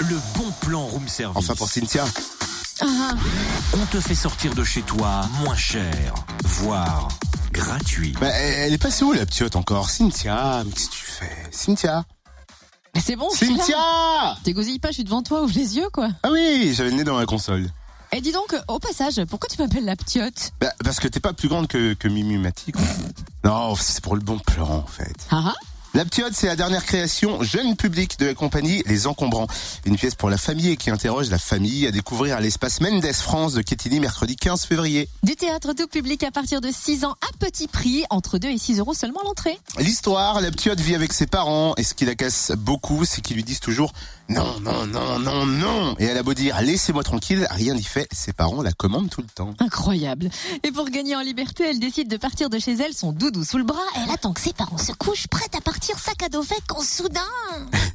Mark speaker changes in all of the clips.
Speaker 1: le bon plan room service.
Speaker 2: Enfin pour Cynthia.
Speaker 3: Uh-huh.
Speaker 1: On te fait sortir de chez toi moins cher, voire gratuit.
Speaker 2: Bah, elle elle est passée où la ptiote encore Cynthia, mais qu'est-ce que tu fais Cynthia
Speaker 3: Mais c'est bon, je suis là.
Speaker 2: Cynthia Ah
Speaker 3: T'égosille pas, je suis devant toi, ouvre les yeux, quoi.
Speaker 2: oui, j'avais le nez dans la console.
Speaker 3: Et dis donc, euh, au passage, pourquoi tu m'appelles la ptiote
Speaker 2: Bah, parce que t'es pas plus grande que, que Mimi Mati, quoi. Non, c'est pour le bon plan en fait.
Speaker 3: Ah ah
Speaker 2: La Ptiote, c'est la dernière création jeune public de la compagnie Les Encombrants. Une pièce pour la famille et qui interroge la famille à découvrir à l'espace Mendes France de Quetigny mercredi 15 février.
Speaker 3: Du théâtre tout public à partir de 6 ans à petit prix, entre 2 et 6 euros seulement l'entrée.
Speaker 2: L'histoire, la Ptiote vit avec ses parents et ce qui la casse beaucoup, c'est qu'ils lui disent toujours non, non, non, non, non. Et elle a beau dire laissez-moi tranquille, rien n'y fait. Ses parents la commandent tout le temps.
Speaker 3: Incroyable. Et pour gagner en liberté, elle décide de partir de chez elle, son doudou sous le bras. Elle attend que ses parents se couchent, prête à partir, sac à dos fait, quand soudain...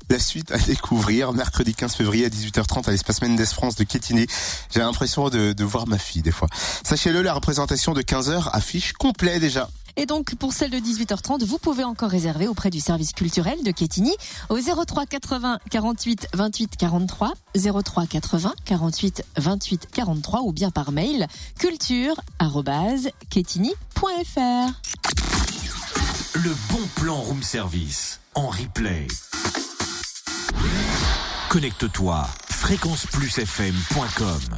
Speaker 2: La suite à découvrir mercredi 15 février à 18h30 à l'espace Mendes France de Quétiné. J'ai l'impression de, de voir ma fille des fois. Sachez-le, la représentation de 15h affiche complet déjà.
Speaker 3: Et donc, pour celle de 18h30, vous pouvez encore réserver auprès du service culturel de Quétigny au 03 80 48 28 43, 03 80 48 28 43 ou bien par mail culture.quetigny.fr.
Speaker 1: Le bon plan room service en replay. Connecte-toi fréquenceplusfm.com